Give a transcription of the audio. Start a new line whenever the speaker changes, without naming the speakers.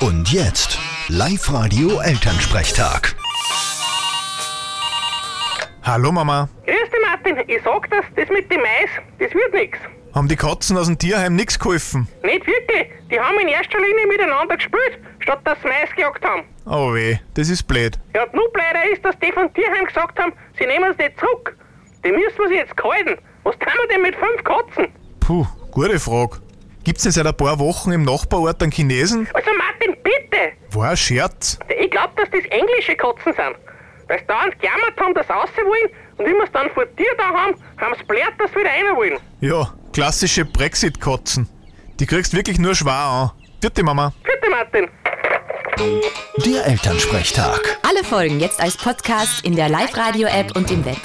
Und jetzt, Live-Radio Elternsprechtag.
Hallo Mama.
Grüß dich, Martin. Ich sag das, das mit dem Mais, das wird nix.
Haben die Katzen aus dem Tierheim nichts geholfen?
Nicht wirklich. Die haben in erster Linie miteinander gespielt, statt dass sie Mais gejagt haben.
Oh weh, das ist blöd.
Ja, und nur blöder ist, dass die von Tierheim gesagt haben, sie nehmen es nicht zurück. Die müssen wir sie jetzt halten. Was tun wir denn mit fünf Katzen?
Puh, gute Frage. Gibt's denn seit ein paar Wochen im Nachbarort einen Chinesen?
Also, Martin, bitte!
War ein Scherz.
Ich glaub, dass das englische Katzen sind. Weil sie dauernd gejammert haben, dass sie raus wollen und immer sie dann vor dir da haben, haben sie blärt, dass sie wieder rein wollen.
Ja, klassische Brexit-Katzen. Die kriegst wirklich nur schwer an. Vierte Mama.
Bitte, Martin!
Der Elternsprechtag.
Alle Folgen jetzt als Podcast in der Live-Radio-App und im Web.